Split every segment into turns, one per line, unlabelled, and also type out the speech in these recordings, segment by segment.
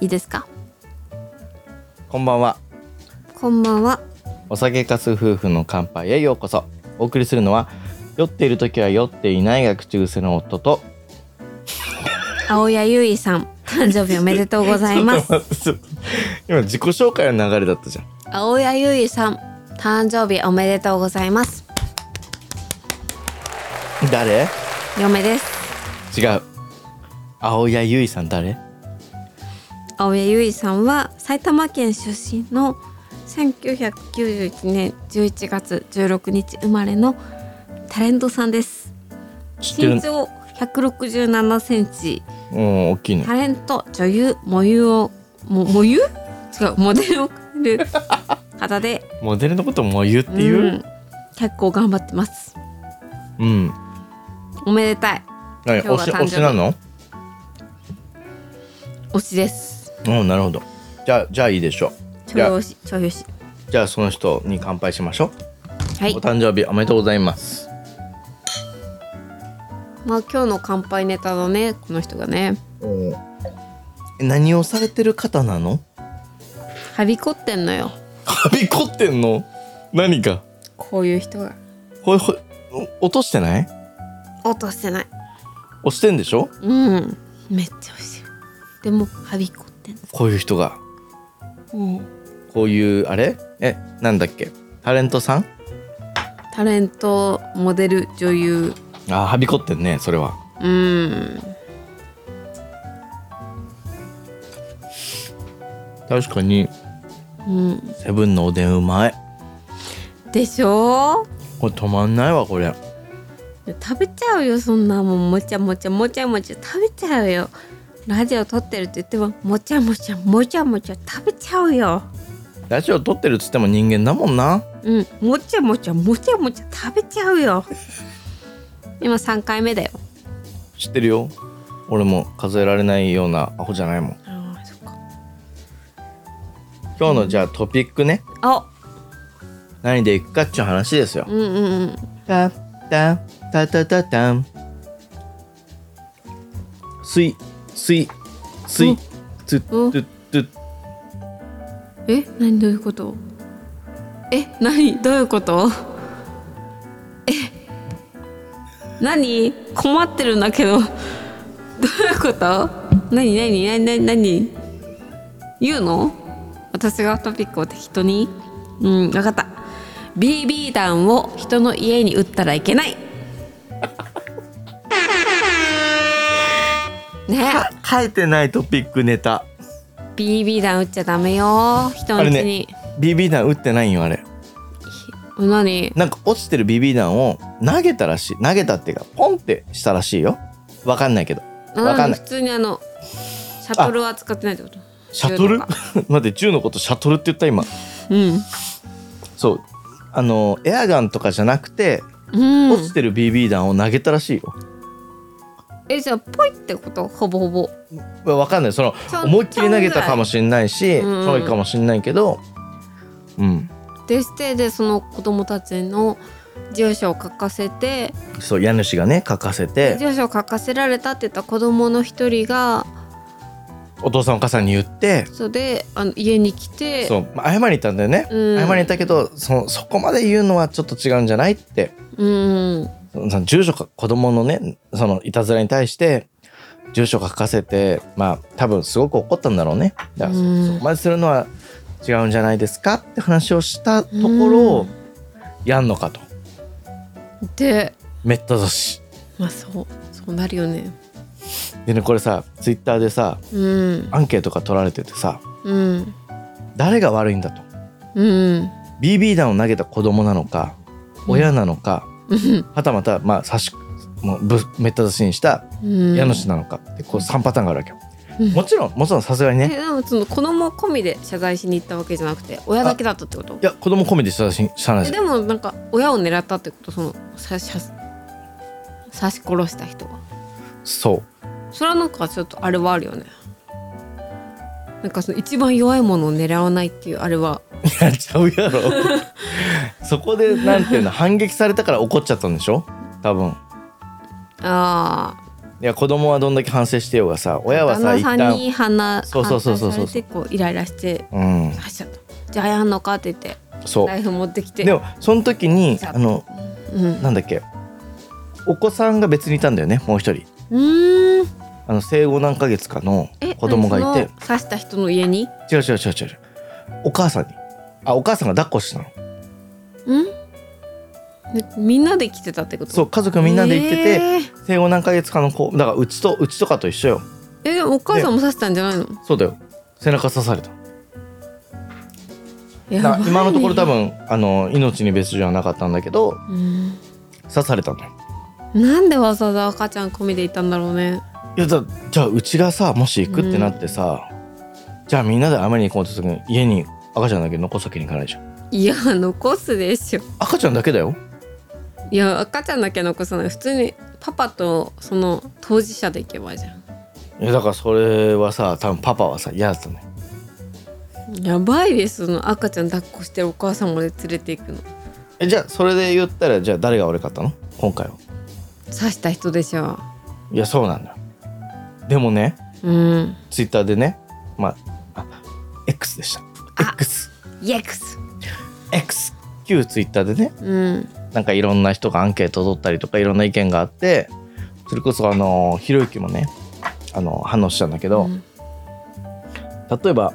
いいですか
こんばんは
こんばんは
お酒かす夫婦の乾杯へようこそお送りするのは酔っている時は酔っていないが口癖の夫と
青谷優衣さん誕生日おめでとうございます
ちょっと 今自己紹介の流れだったじゃん
青谷優衣さん誕生日おめでとうございます
誰
嫁です
違う青谷ゆいさん誰
青谷優衣さんは埼玉県出身の1991年11月16日生まれのタレントさんです
知ってる
身長167センチ
うん大きいね
タレント女優模様をも模様違うモデルを変える方で、
モデルのことも言うっていううん
結構頑張ってます
うん、
おめでたい
何
今
推
日
し
が
推しなの
推しです
うんなるほどじゃあじゃあいいでしょう
超
じゃあ
推し超推し
じゃあその人に乾杯しましょう
はい
お誕生日おめでとうございます
まあ今日の乾杯ネタだねこの人がね
うんえ何をされてる方なの
はびこってんのよ
はびこってんの何か
こういう人が
ほいほいお落としてない
落としてない
押してんでしょ
うんめっちゃ美味しいでもはびこってんの
こういう人が
うん
こういうあれえなんだっけタレントさん
タレントモデル女優
あーはびこってんねそれは
うん
確かに
うん
セブンのおでんうまい
でしょ
これ止まんないわこれ
食べちゃうよそんなもんもちゃもちゃもちゃもちゃ食べちゃうよラジオ撮ってるって言ってももちゃもちゃもちゃもちゃ食べちゃうよ
ラジオ撮ってるっつっても人間だもんな
うんもちゃもちゃもちゃもちゃ食べちゃう よ今3回目だよ
知ってるよ俺も数えられないようなアホじゃないもん
あそっか
今日のじゃあトピックね
あ
何でいくかっちゅう話ですよ
うんうんうん
タタタタタタンスイスイスイツッ
お
ツッツッ
え何どういうことえ何どういうことえ何困ってるんだけどどういうこと何何何何何言うの私がトピックを適当にうん分かった BB 弾を人の家に撃ったらいけないね
書いてないトピックネタ
BB 弾撃っちゃダメよ人
あ
の
れ
家
ね
に、
BB 弾打ってないんよあれ
何
なんか落ちてる BB 弾を投げたらしい投げたっていうかポンってしたらしいよわかんないけど
あ
わかんない
普通にあのシャトルは使ってないってこと
シャト
銃
ル
と
待
か
って銃のことシャトルって言った今
うん
そうあのエアガンとかじゃなくて
うん
落ちてる BB 弾を投げたらしいよ、
えじゃあポイってことほぼほぼ
わわかんないその
ちょん
思いっきり投げたかもしれないし
ちょんぐらい
そうかもしれないけどうん
でしてでその子供たちの住所を書かせて
そう家主がね書かせて
住所を書かせられたって言った子供の一人が
お父さんお母さんに言って
それであの家に来て
そうまあ謝りに行ったんだよね、
うん
謝りに行ったけどそのそこまで言うのはちょっと違うんじゃないって
うん
その住所か子供のねそのいたずらに対して住所書かせてまあ多分すごく怒ったんだろうねだからそ,、
うん
こまでするのは違うんじゃないですかって話をしたところ、
うん
やんのかと
で
めった刺し
まあそうそうなるよね
でねこれさツイッターでさ
うん
アンケートが取られててさ
うん
誰が悪いんだと
うん
BB 弾を投げた子供なのか
うん
親なのか、
うん
はたまたまあ刺しもうぶめった刺しにした
うん
家主なのかってこう3パターンがあるわけよ、
うん
もちろんもちろんさすがにね
えでもその子供込みで謝罪しに行ったわけじゃなくて親だけだったってこと
いや子供込みでしたしした
え
話
でもなんか親を狙ったってことその刺し刺し殺した人は
そ
それはなんかちょっとあれはあるよねなんかその一番弱いものを狙わないっていうあれは
うやっちゃうや ろそこでなんていうの反撃されたから怒っちゃったんでしょ多分
あ
いや子供はどんだけ反省してようがさ親は
旦
さ
那
一
さん
旦
に話
そうそうそうそうそ
反
う
対されてこうイライラして
うん
「あちゃったじゃあやんのか?」って言って
そう
ナイフ持ってきて
でもその時に
じゃあ
あの
うん
なんだっけお子さんが別にいたんだよねもう一人
うーん
あの生後何ヶ月かの
え
子供がいて
その刺した人の家に
違う違う違う違うお母さんにあお母さんが抱っこしたの
うんでみんなで来てたってこと
そう家族みんなで行ってて、
えー
生後何ヶ月かの子だからうちとうちとかと一緒よ
えでもお母さんも刺したんじゃないの
そうだよ背中刺された
や
だ
ばい
から
ね
今のところ多分あの命に別状はなかったんだけど
うん
刺されたのよ
なんでわざわざ赤ちゃん込みでいたんだろうね
いやだじゃあうちがさもし行くってなってさ、じゃあみんなで雨に行こうって時に家に赤ちゃんだけ残すわけにいかないじゃん
いや残すでしょ
赤ちゃんだけだよ
いや赤ちゃんだけ残さない普通にパパとその当事者で行けばいいじゃん
いやだからそれはさ多分パパはさ嫌だったね
やばいですその赤ちゃん抱っこしてるお母さんまで連れて行くの
えじゃあそれで言ったらじゃあ誰が悪かったの今回は
刺した人でしょ
いやそうなんだよでもね
うん
ツイッターでねまああ X でした
あ
X
イエクス
X 旧ツイッターでね
うん
なんかいろんな人がアンケートを取ったりとかいろんな意見があってそれこそあのひろゆきもねあの反応したんだけど、
うん
例えば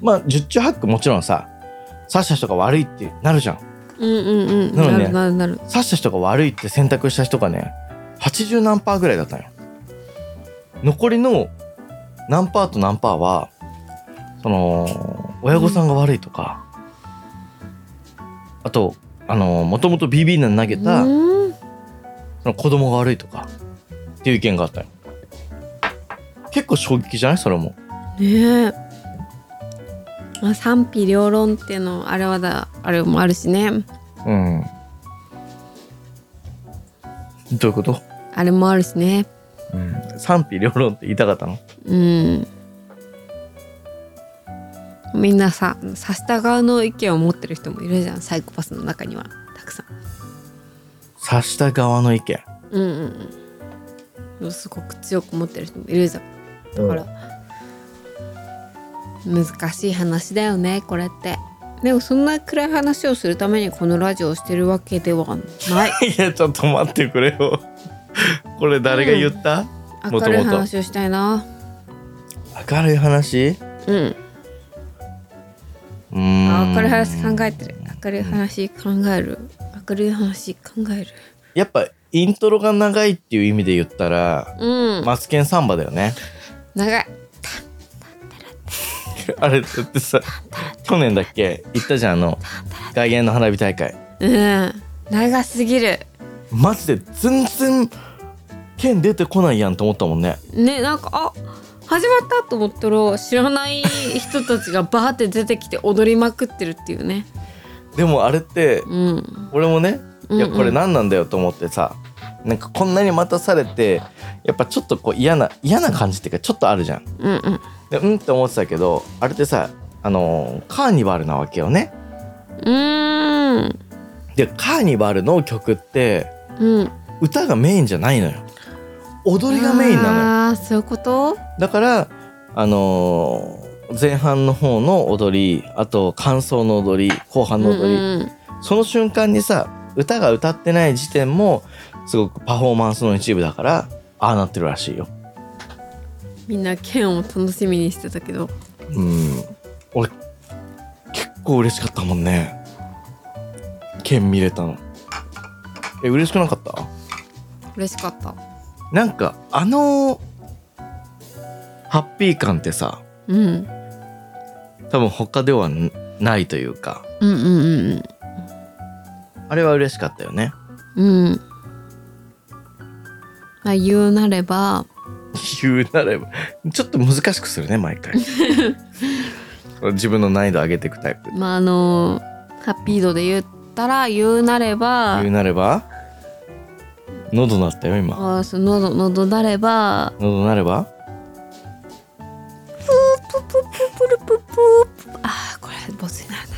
まあ十中八九もちろんさ刺した人が悪いってなるじゃん
うんうんうん
な
な
のね
るなるなる
刺した人が悪いって選択した人がね80何パーぐらいだったのよ残りの何パーと何パーはその親御さんが悪いとか、あとあのもともと BB に投げた、
うん
その子供が悪いとかっていう意見があったよ結構衝撃じゃないそれも
ねえまあ賛否両論っていうのあれはだあれもあるしね
うんどういうこと、
あれもあるしね
賛否両論って言いたかったの
うんみんなさ刺した側の意見を持ってる人もいるじゃんサイコパスの中にはたくさん
刺した側の意見
うんうんうんすごく強く持ってる人もいるじゃんだから、難しい話だよねこれってでもそんな暗い話をするためにこのラジオをしてるわけではない
いやちょっと待ってくれよ これ誰が言った、
明
もと
るい
もと
話をしたいな
明るい話
うん
うー
あ
ん
明るい話考えてる明るい話考える明るい話考える
やっぱイントロが長いっていう意味で言ったら
うん
マツケンサンバだよね
長い
あれだってさ去年だっけ行ったじゃんあの外苑の花火大会
うん長すぎる
マジで全然剣出てこないやんと思ったもんね
ねなんかあ始まったと思ったら知らない人たちがバーって出てきて踊りまくってるっていうね
でもあれって
うん
俺もねいや
うんうん
これ何なんだよと思ってさなんかこんなに待たされてやっぱちょっとこう嫌な嫌な感じっていうかちょっとあるじゃん
うんうん
でうんって思ってたけどあれってさあのーカーニバルなわけよね
うーん
でカーニバルの曲って
うん
歌がメインじゃないのよ踊りがメインなのよ
あーそういうこと
だからあのー前半の方の踊りあと感想の踊り後半の踊り、
うんうん
その瞬間にさ歌が歌ってない時点もすごくパフォーマンスの一部だからああなってるらしいよ
みんな剣を楽しみにしてたけど
うん俺結構嬉しかったもんね剣見れたのえ嬉しくなかった
嬉しかった
なんかあのハッピー感ってさ
うん
多分他ではんないというか
うんうん
あれは嬉しかったよね
うんうんまあ言うなれば
言うなればちょっと難しくするね毎 回自分の難易度上げていくタイプ
まああのハッピードで言ったら言うなれば
言うなれば喉鳴ったよ今
あーそう喉喉なれば
喉鳴れば
ププププルプププあーこれボツになる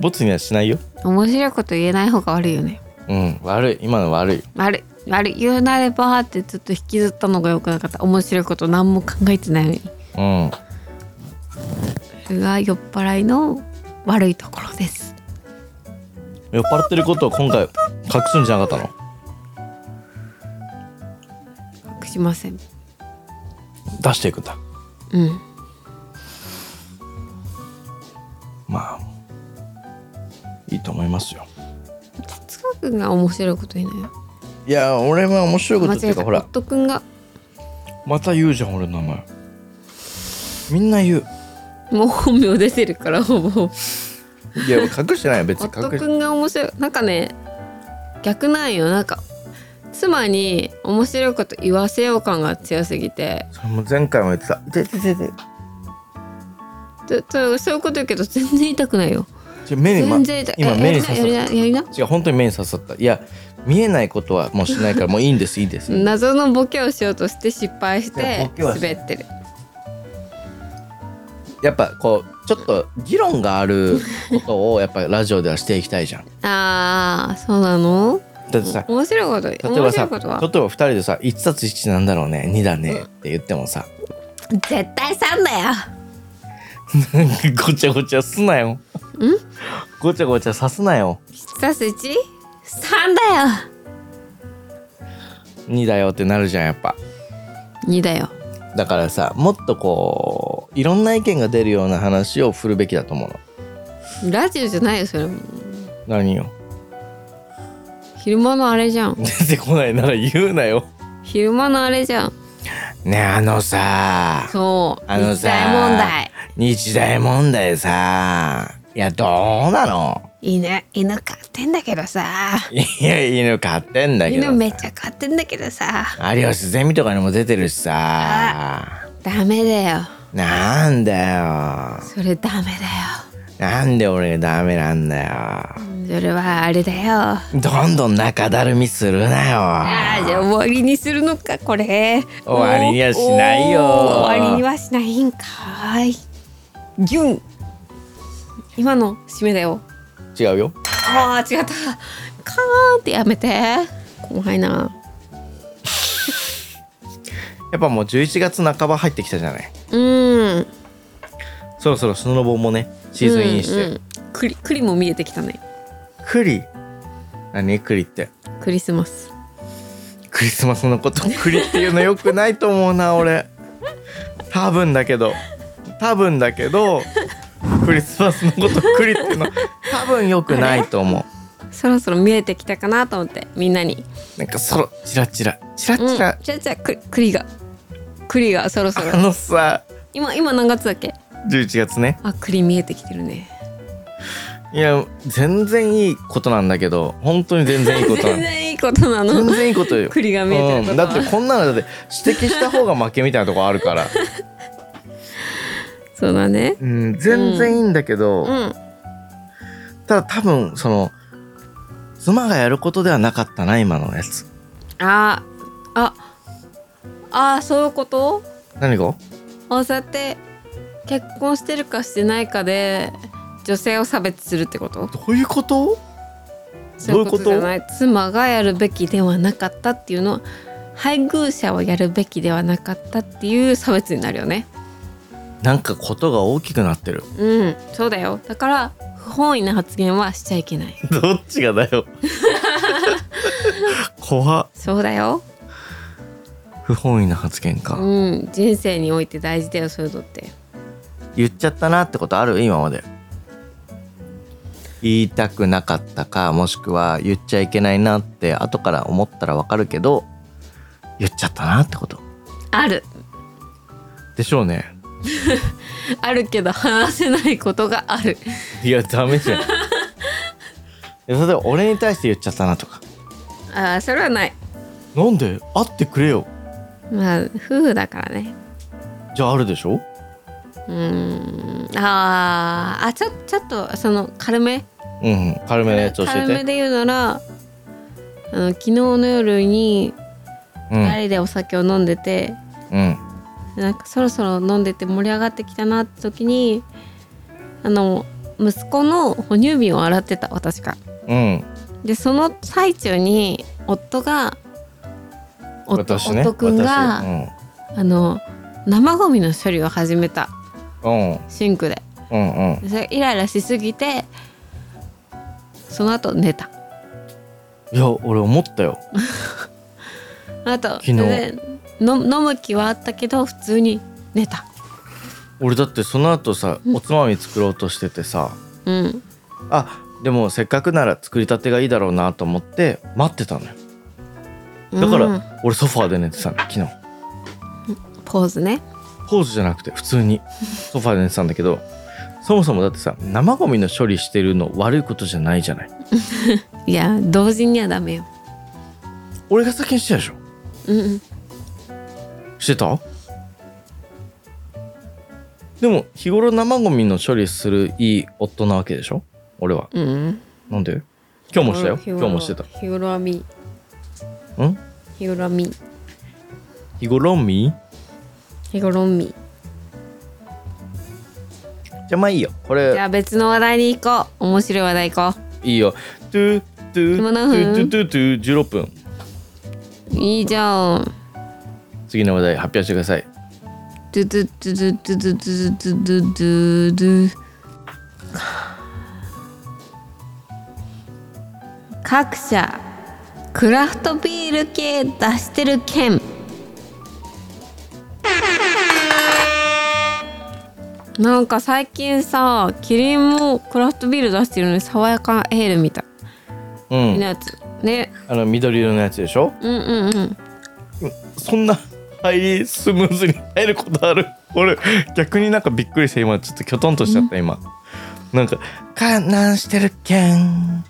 ボツにはしないよ
な面白いこと言えない方が悪いよね
うん悪い今の悪い
悪いあれ言うなればってずっと引きずったのが良くなかった面白いこと何も考えてないのに
うん
それが酔っ払いの悪いところです
酔っ払ってることを今回隠すんじゃなかったの
隠しません
出していくんだ
うん
まあいいと思いますよ
つかくんが面白いこと言うのよ
いや俺は面白いことっていうかほら
夫くんが
また言うじゃん俺の名前みんな言う
もう本名出てるからほぼ
いや隠してないよ別に
夫
隠
く
し
んが面白いなんかね逆なんよなんか妻に面白いこと言わせよう感が強すぎて
それも前回も言ってたでででで
ちょちょそういうこと言うけど全然痛くないよ
ちょ目に、ま
全然痛い、
今目に刺さ
えやりな
っ
やりなやりな
た違う本当に目に刺さったいや見えないことはもうしないからもういいんですいいです
謎のボケをしようとして失敗し
いや
て
ボケはし
滑ってる
やっぱこうちょっと議論があることをやっぱラジオではしていきたいじゃん
あーそうなの
だってさ
面白いこと
例え
面
ば
白
さ
いこと
例
は
えば2人でさ1たす1なんだろうね2だねって言ってもさ
絶対3だよ
ごちゃごちゃすなよごちゃごちゃさすなよ
1す 1?3 だよ
2だよってなるじゃんやっぱ
2だよ
だからさもっとこういろんな意見が出るような話を振るべきだと思うの
ラジオじゃないよそれも
何よ
昼間のあれじゃん
出てこないなら言うなよ
昼間のあれじゃん
ねえあのさ
そう
あの
日
さ
大問題
日大問題さいやどうなの
犬犬飼ってんだけどさ
いや犬飼ってんだけど
犬めっちゃ飼ってんだけどさ
有吉ゼミとかにも出てるしさ
ダメだよ
なんだよ
それダメだ
なんで俺がダメなんだよ
よそれはあれだよ
どんどん中だるみするなよ
あーじゃあ終わりにするのかこれ
終わりにはしないよ
おー終わりにはしないんかーいギュン今の締めだよ
違うよ
あー違ったカーンってやめて怖いな
やっぱもう11月半ば入ってきたじゃない
うん
そろそろスノボもねシーズンインして、
うんうん、栗栗も見えてきたね
栗何栗って
クリスマス
クリスマスのこと栗っていうのよくないと思うな俺多分だけど多分だけどクリスマスのこと栗っていうの多分よくないと思う
そろそろ見えてきたかなと思ってみんなに
なんかそろチラチラチラ
うん
チ
じゃあ、
ラ
じゃあ栗栗が栗がそろそ
あ
ろ
のさ
今今何月だっけ
11月ね
あ栗見えてきてるね
いや全然いいことなんだけど本当に全然いいことな
全
んだ
然いいことな
全
の
然いいことよ
栗が見えてる
う
こと
ん、だ
は
ってこんなのだって指摘した方が負けみたいなとこあるから
そうだね
うん全然いいんだけど、
うん
ただ多分その妻がやることではなかったな今のやつ
あああそういうこと
何が
あそうやって結婚してるかしてないかで女性を差別するってこと
どういうこと
そういうこと
ど
じ
ういうこと
ゃない妻がやるべきではなかったっていうのは配偶者をやるべきではなかったっていう差別になるよね
なんかことが大きくなってる
うんそうだよだから不本意な発言はしちゃいけない
どっちがだよ 怖っ
そうだよ
不本意な発言か、
うん人生において大事だよそういうのって
言っちゃったなってことある今まで言いたくなかったかもしくは言っちゃいけないなって後から思ったらわかるけど言っちゃったなってこと
ある
でしょうね
あるけど話せないことがある
いやダメじゃんいや例 えば俺に対して言っちゃったなとか
あーそれはない
なんで会ってくれよ
まあ夫婦だからね
じゃああるでしょ
うーんあーあちょちょっとその軽め
うんうん軽めのやつ教
軽
え
め
て
で言うならあの昨日の夜に
う
2
ん
人でお酒を飲んでて、
うん
なんかそろそろ飲んでて盛り上がってきたなって時にあの息子の哺乳瓶を洗ってた私が
うん
でその最中に夫がお
私ね
夫くんが、あの生ゴミの処理を始めた
私うんうん
シンクで
うんうん
それイライラしすぎてその後寝た
いや俺思ったよ
あと
昨日
での飲む気はあったけど普通に寝た
俺だってその後さおつまみ作ろうとしててさ
うん
あでもせっかくなら作りたてがいいだろうなと思って待ってたのよだか
うん
ら俺ソファーで寝てたの昨日
ポーズね
ポーズじゃなくて普通 にソファーで寝てたんだけどそもそもだってさ生ゴミの処理してるの悪いことじゃないじゃない
いや同時にはダメよ
俺が先にしてたでしょ
うんうん
してたでも日頃生ゴミの処理するいい夫なわけでしょ俺は
うん
なんで今日もしたよ
日
今
頃
日もしてた
日頃はみ
ん
日頃はみ
日頃み
日頃はみ
じゃあまあいいよこ
じゃ
れ
あ別の話題に行こう面白い話題行こ
いいよトゥトゥ
今何
ト
分
ゥトゥトゥトゥ16分
ういいじゃん
次の話題発表してください
ドゥドゥドゥドゥドゥドゥドゥドゥドゥドゥ各社クラフトビール系出してる県なんか最近さキリンもクラフトビール出してるのに爽やかエールみた
う
いなんやつね
あの緑色のやつでしょ
うんうんうん
そんな入りスムーズに入ることある 俺逆になんかびっくりして今ちょっときょとんとしちゃった今なんか「観覧してるけん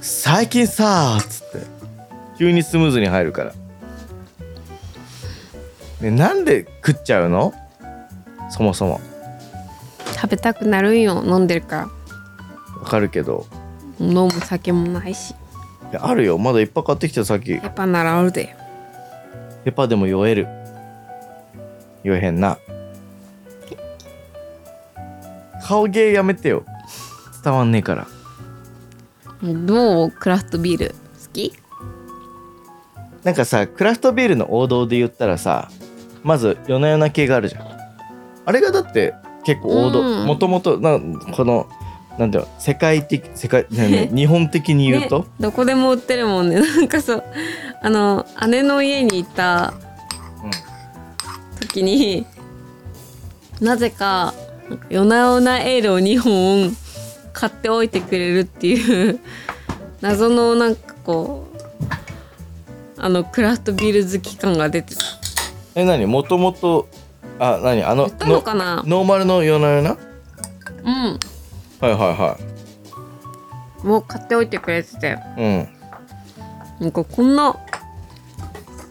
最近さ」っつって急にスムーズに入るから、ね、なんで食っちゃうのそもそも
食べたくなるんよ飲んでるから
わかるけど
飲む酒もないし
いやあるよまだいっぱい買ってきたさっき
やっぱならあるで
ペパでも酔える酔えへんな顔芸やめてよ伝わんねえから
どうクラフトビール好き
なんかさクラフトビールの王道で言ったらさまず夜な夜な系があるじゃんあれがだって結構王
う
道
ん
もともとこのなんだろう世界的 世界、ね日本的に言うと
ね、どこでも売ってるもんね なんかそうあの姉の家にいた時に、なぜかなんか夜な夜なエールを2本買っておいてくれるっていう 謎のなんかこうあのクラフトビール好き感が出てた
え何もともとあ何あの
言ったのかな
ノーマルの夜な夜な
うん
はいは
もう買っておいてくれてて
いはいうん
なんかこんな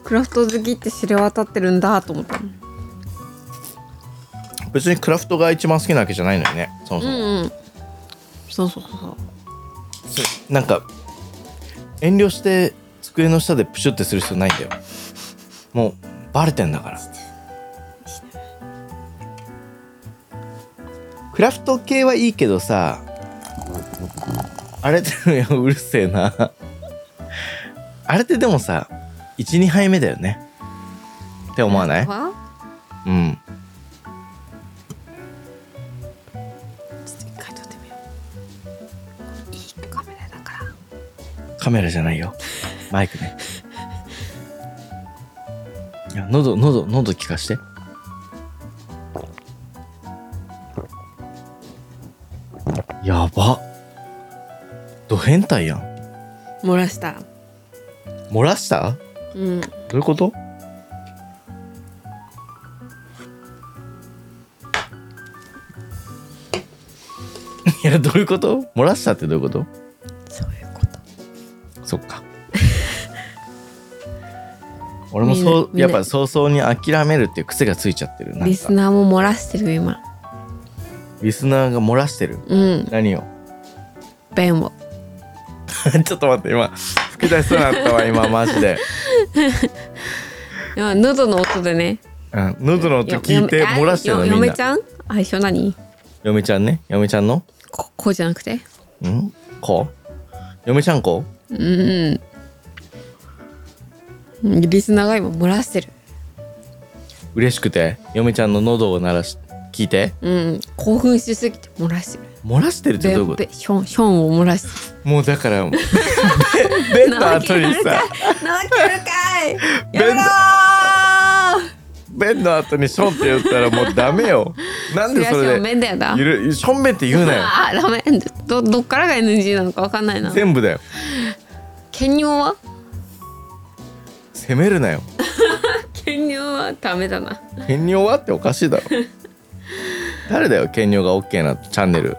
クラフト好きって知れ渡ってるんだと思った
別にクラフトが一番好きなわけじゃないのよねそも
う
そも、
んうんそうそうそう
なんか遠慮して机の下でプシュってする必要ないんだよもうバレてんだからクラフト系はいいけどさあれっていやうるせえなあれってでもさ12杯目だよねって思わない
は
うん
ちょっと一回撮ってみよういいカメラだから
カメラじゃないよマイクねいや喉喉喉聞かしてやばド変態やん
漏らした
漏らした
うん
どういうこと いやどういうこと漏らしたってどういうこと
そういうこと
そっか 俺もそう
みんな
やっぱ早々に諦めるっていう癖がついちゃってるなんか
リスナーも漏らしてる今
リスナーが漏らしてる
うん
何を
便を
ちょっと待って今吹き出しそうになったわ今マジで、
いや喉の音でね
うん、喉の音聞いて
よよ
漏らしてるの
よ
みんな
嫁ちゃん相性何
嫁ちゃんね嫁ちゃんの
ここうじゃなくて
んこ嫁ちゃんこ
うんうんリスナーが今漏らしてる
嬉しくて嫁ちゃんの喉を鳴らし聞いて
うん興奮しすぎて漏らしてる
漏らしてるって
べ
どういうこ
べひょんひょんを漏らしてる
ともう だからもうベベッド後にさ
なわけあるかい
ベン
やめろー
ベンの後にションって言ったらもうダメ よなんでそ
それは
れ
正面だよな
でゆるションベンって言うなよ
あーダメどどっからが NG なのかわかんないな
全部だよ
兼用は
責めるなよ
兼用はダメだな
兼尿はっておかし いだろ誰だよ兼尿が OK なチャンネル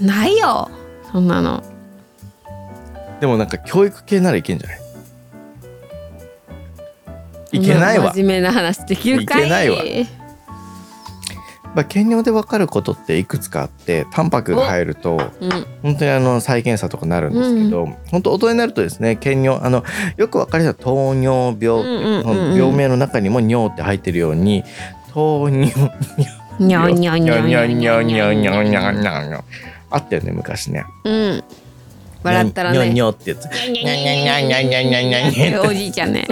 ないよそんなの
でもなんか教育系ならいけんじゃないいけないわ
真面目な話できるかい
いけないわまあ、兼尿で分かることっていくつかあってタンパクが入ると
うん
本当にあの再検査とかなるんですけど、本当大人になるとですね兼尿あのよく分かりやすい糖尿病っていう、
うんうんうんうん
病名の中にも尿って入ってるように糖尿
にょんにょんにょんにょんにょんにょんにょんにょんにょん
あったよね昔ね
うん笑ったらね
尿尿ってやつにゃんにゃんにゃんにゃんにゃんにゃんにゃん
おじいちゃんね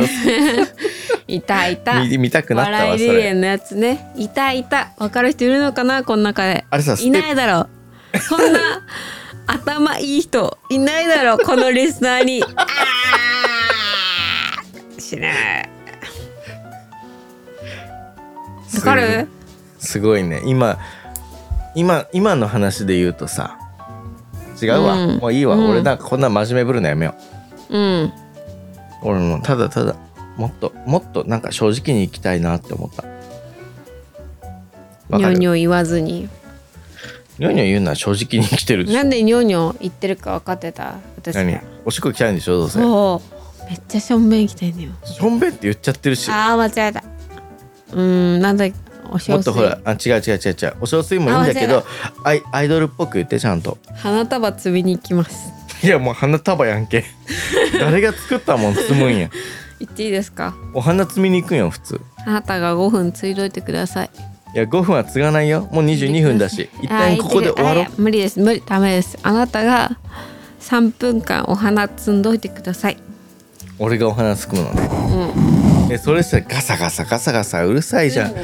いたいた
見見たくなった
笑
わ
い
そ
リレー
れ
のやつねいたいたわかる人いるのかなこの中で
あれさステ
いないだろうそんな 頭いい人いないだろうこのリスナーにあーしないわかる
すごいね今今今の話で言うとさ違うわ、
うん
もういいわ、
うん
俺なんかこんな真面目ぶるのやめよ
うん
う俺もうただただもっともっとなんか正直に生きたいなって思ったわ
ニ
か
ョ
る
ニョ言わずに
ニョニョ言うのは正直に生きてるでしょ
なんでニョニョ言ってるか分かってた私
何おしっこ行きたいんでしょどうせ
そうめっちゃ正面行きたいんだよ
しょんべんって言っちゃってるし
あー間違えたうーんなんだお
も
塩
っ
水
とほらあ違う違う違う違うお小水もいいんだけどアイアイドルっぽく言ってちゃんと
花束摘みに行きます
いやもう花束やん け誰が作ったもん摘むんや
行っていいですか
お花摘みに行くんよ普通
あなたが5分ついといてください
いや5分は継がないよもう22分だし一
あ
旦
ー
ここで
行って
終
く
わろう
あー無理です無理ダメですあなたが3分間お花摘んどいてください
俺がお花つくのね
うん
えそれしたらガサガサガサガサうるさいじゃん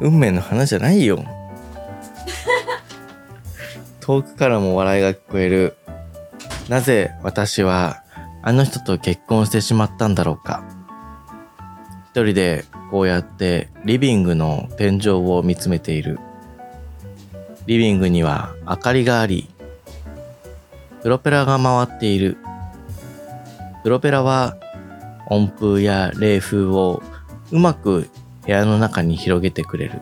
運命の花じゃないよ遠くからも笑いが聞こえるなぜ私はあの人と結婚してしまったんだろうか一人でこうやってリビングの天井を見つめているリビングには明かりがありプロペラが回っているプロペラは温風や冷風をうまく部屋の中に広げてくれる。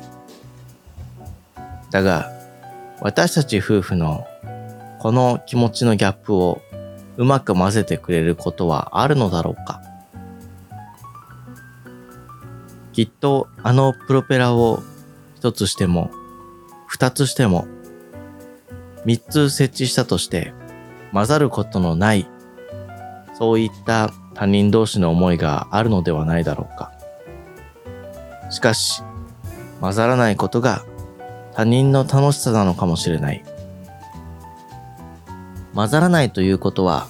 だが、私たち夫婦のこの気持ちのギャップをうまく混ぜてくれることはあるのだろうかきっとあのプロペラを一つしても二つしても三つ設置したとして混ざることのないそういった他人同士の思いがあるのではないだろうかしかし、混ざらないことが他人の楽しさなのかもしれない。混ざらないということは、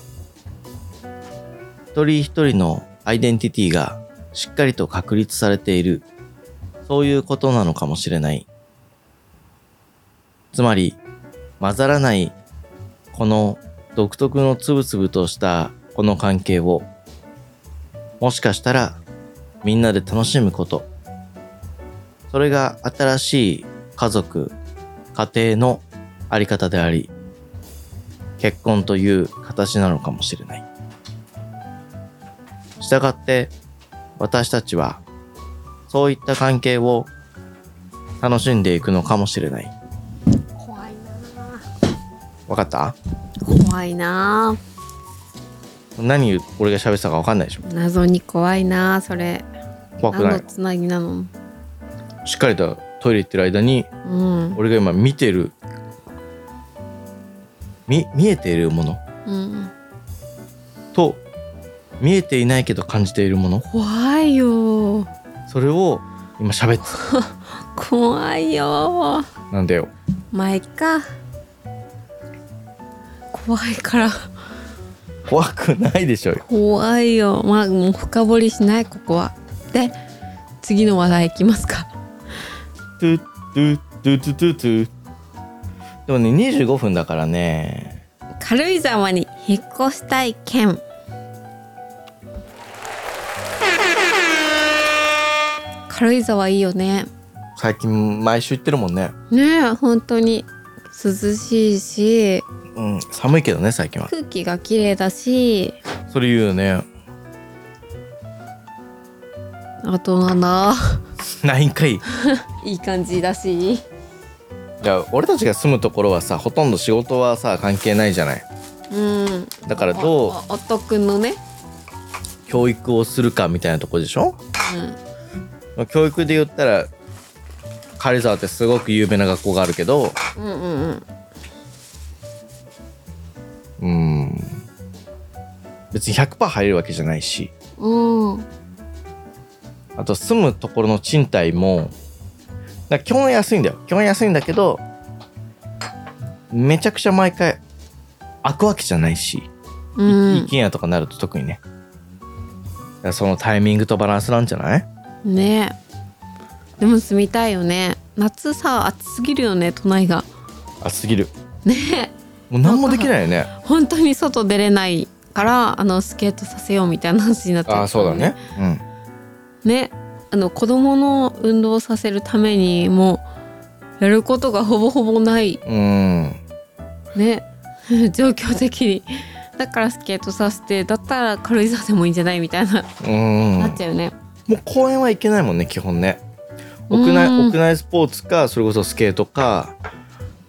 一人一人のアイデンティティがしっかりと確立されている、そういうことなのかもしれない。つまり、混ざらない、この独特のつぶつぶとしたこの関係を、もしかしたらみんなで楽しむこと、それが新しい家族、家庭のあり方であり、結婚という形なのかもしれない。したがって、私たちは、そういった関係を楽しんでいくのかもしれない。
怖いな
わかった
ぁ怖いなぁ
何言う俺が喋ってたかわかんないでしょ
謎に怖いなぁそれ
怖く
何
な
の
い。
つなぎなの
しっかりとトイレ行ってる間に、
うん
俺が今見てる、み、見えているもの
うん
と見えていないけど感じているもの
怖いよ
それを今喋って
怖いよ
たなんだよ
まあいっか怖いから
怖くないでしょうよ
怖いよまあもう深掘りしないここはで次の話題いきますか
トゥットゥットゥットゥットゥットゥでもね25分だからね
軽井沢に引っ越したい件軽井沢いいよね
最近毎週行ってるもんね
ねえ本当に涼しいし
うん寒いけどね最近は
空気が綺麗だし
それ言うよね
あとなんだ
ないんかいい
いい感じだし
や俺たちが住むところはさほとんど仕事はさ関係ないじゃない
うん
だからどう
おおおとくんのね
教育をするかみたいなとこでしょ教育で言ったら軽井沢ってすごく有名な学校があるけど
うんうんうんうん
うん別に100%入れるわけじゃないし
うん
あと住むところの賃貸もだから基本安いんだよ基本安いんだけどめちゃくちゃ毎回開くわけじゃないし、
う
い
ん
一軒家とかになると特にねだからそのタイミングとバランスなんじゃない
ねえでも住みたいよね夏さ暑すぎるよね都内が
暑すぎる
ねえ
もう何もできないよね
本当に外出れないからあのスケートさせようみたいな話になってる
ああーそうだねうん
ねあの子供の運動をさせるためにもやることがほぼほぼない
うん
ね 状況的にだからスケートさせてだったら軽井沢でもいいんじゃないみたいな、
うん
なっちゃうよね
もう公園はいけないもんね基本ね
うん
屋内屋内スポーツかそれこそスケートか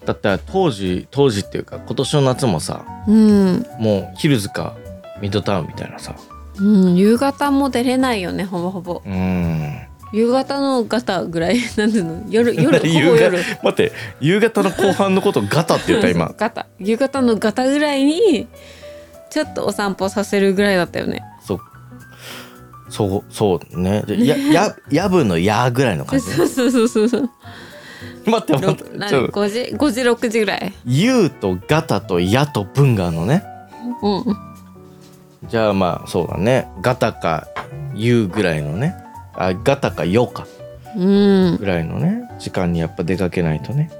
だったら当時当時っていうか今年の夏もさ
うん、
もうヒルズかミッドタウンみたいなさ
うん、夕方も出れないよねほぼほぼ
うーん
夕方のガタぐらいなんていうの夜 夜ほぼ
夕方
夜
待って夕方の後半のことガタって言っ た今
ガタ夕方のガタぐらいにちょっとお散歩させるぐらいだったよね
そうそうそうねでやややぶのやぐらい の感じ
そうそうそうそう そう
待って待ってちょっと
5時5時6時ぐらい
ゆうとガタとやと文があるのね
うん
じゃあまあそうだねガタかユうぐらいのねあガタかヨか
うん
ぐらいのね時間にやっぱ出かけないとね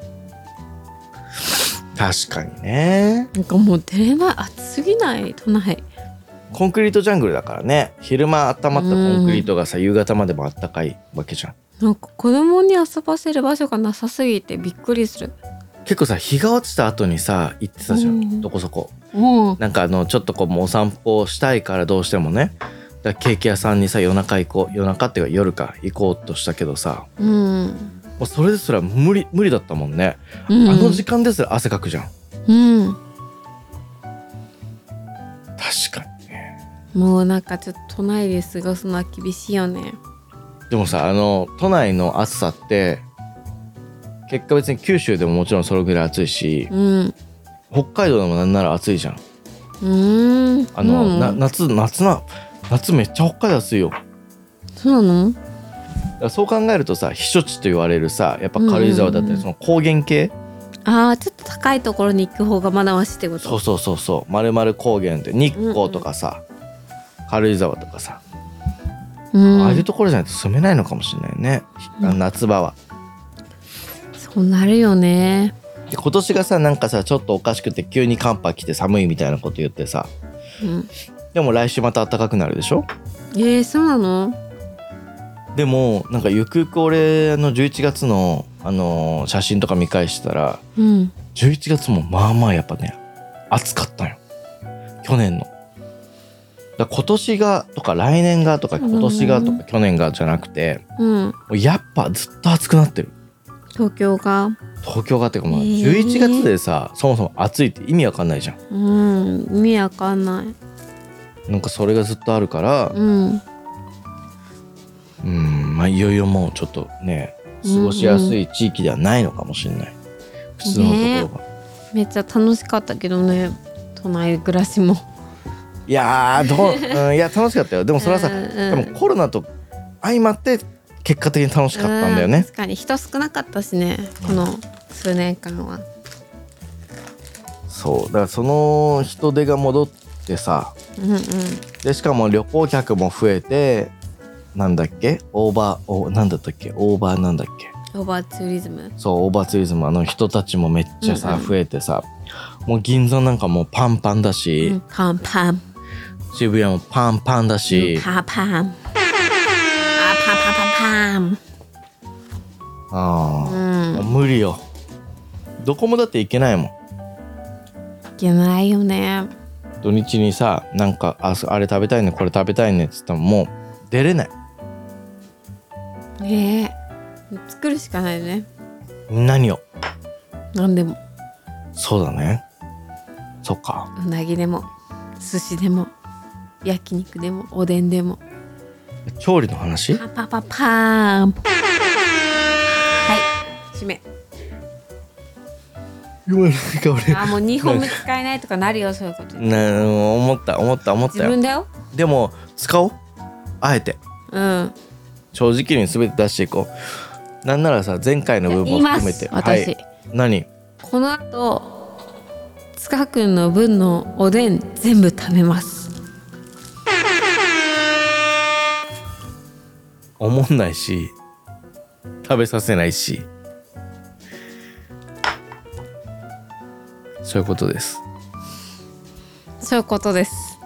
確かにね
なんかもう出れない暑すぎない都内
コンクリートジャングルだからね昼間温まったコンクリートがさ夕方までもあったかいわけじゃん
なんか子供に遊ばせる場所がなさすぎてびっくりする
結構さ日が落ちた後にさ行ってたじゃ
うんん
どこそこ
うん
なんかあのちょっとこうもうお散歩したいからどうしてもねだからケーキ屋さんにさ夜中行こう夜中っていうか夜か行こうとしたけどさ
うん
もうそれですら無理無理だったもんね
うん
あの時間ですら汗かくじゃん。
うん
確かにね。
もうなんかちょっと都内で過ごすのは厳しいよね
でもさ、あの、都内の暑さって、結果別に九州でももちろんそれぐらい暑いし、
うん
北海道でもなんなら暑いじゃん。
うん
あの、
うん
な夏、夏な、夏めっちゃ北海道暑いよ。だか
そうなの
らそう考えるとさ、避暑地と言われるさ、やっぱ軽井沢だった
うん
り、
うん
その高原系、
あーちょっと高いところに行く方がまだましってこと
そうそうそうそう、まるまる高原って日光とかさ、軽井沢とかさ、
うん、
ああいうところじゃないと住めないのかもしれないね、あの夏場は。
そうなるよね
で今年がさなんかさちょっとおかしくて急に寒波来て寒いみたいなこと言ってさ
うん
でも来週また暖かくなるでしょ
えー、そうなの
でもなんかゆくゆく俺あの11月の、あのー写真とか見返したら
うん
11月もまあまあやっぱね暑かったよ去年の。だから今年がとか来年がとか今年がと
うん
か去年がじゃなくて
うん
もうやっぱずっと暑くなってる
東京が
東京がっていうかまあ
えー
11月でさそもそも暑いって意味わかんないじゃん
うん意味わかんない
なんかそれがずっとあるから
うん
うんまあいよいよもうちょっとね過ごしやすい地域ではないのかもしれない、普通のところが、
めっちゃ楽しかったけどね都内暮らしも
いやーどう、うん、いや楽しかったよでもそれはさ、
うんうん
でもコロナと相まって結果的に楽しかったんだよ
う
ね、
確かに人少なかったしねこの数年間は
そうだからその人手が戻っでさ
うんうん
でしかも旅行客も増えてなんだっけオーバーおなんだったっけオーバーなんだっけ
オーバーツーリズム
そうオーバーツーリズムあの人たちもめっちゃさ、
うんうん
増えてさもう銀座なんかもうパンパンだし、
うんパンパン
渋谷もパンパンだし、
パンパンあパンパンパンパン
あ
う
あ、
んい
もう無理よどこもだって行けないもん
けないよね
土日にさなんかあそあれ食べたいねこれ食べたいねっつってももう出れない
ねえ作るしかないよね
何を
何でも
そうだねそっか
うなぎでも寿司でも焼肉でもおでんでも
調理の話
パンパンパンパンはい 締め
今なんか俺
あもう2本目使えないとかなるよそういうこと
な思った思った思っ
自
たよ
分だよ
でも使おうあえて
うん
正直に全て出していこうなんならさ前回の分も含めて
いや言います私
はい、何
この後塚くんの分のおでん全部食べます
思んないし食べさせないしそういうことです
そういうことです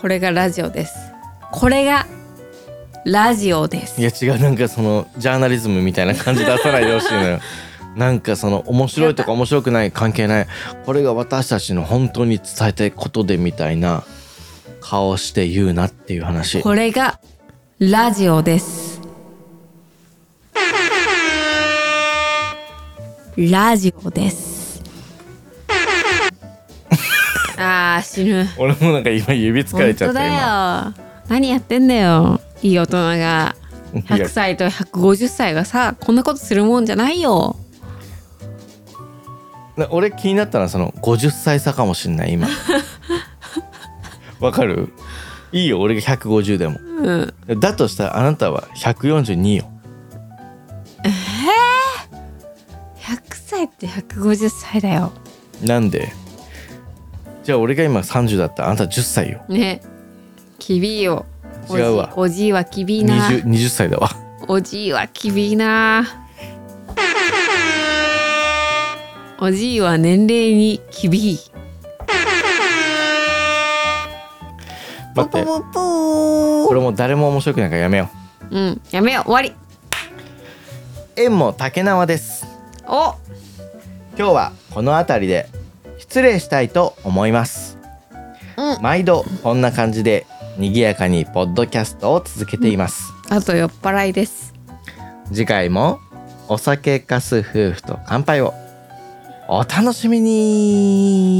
これがラジオですこれがラジオです
いや違うなんかそのジャーナリズムみたいな感じ出さないでほしいの よなんかその面白いとか面白くない関係ないこれが私たちの本当に伝えたいことでみたいな顔して言うなっていう話
これがラジオですラジオです あー死ぬ
俺もなんか今指疲れちゃっ
本当だ
た今
よ何やってんだよいい大人が
いや
100歳と150歳がさこんなことするもんじゃないよ
な俺気になったのはその50歳差かもしんない今わかるいいよ俺が150でも
うん
だとしたらあなたは142よ
100歳って150歳だよ
なんでじゃあ俺が今30だったらあなた10歳よ
ねきびいよおじ
違うわ
おじいはきびいな
20, 20歳だわ
おじいはきびいなおじいは年齢にきびい
待って
プープー
これもう誰も面白くないからやめよ
うんやめよう終わり
う縁も竹縄です
お
今日はこの辺りで失礼したいと思います、
うん
毎度こんな感じで賑やかにポッドキャストを続けています、
あと酔っ払いです
次回もお酒かす夫婦と乾杯をお楽しみに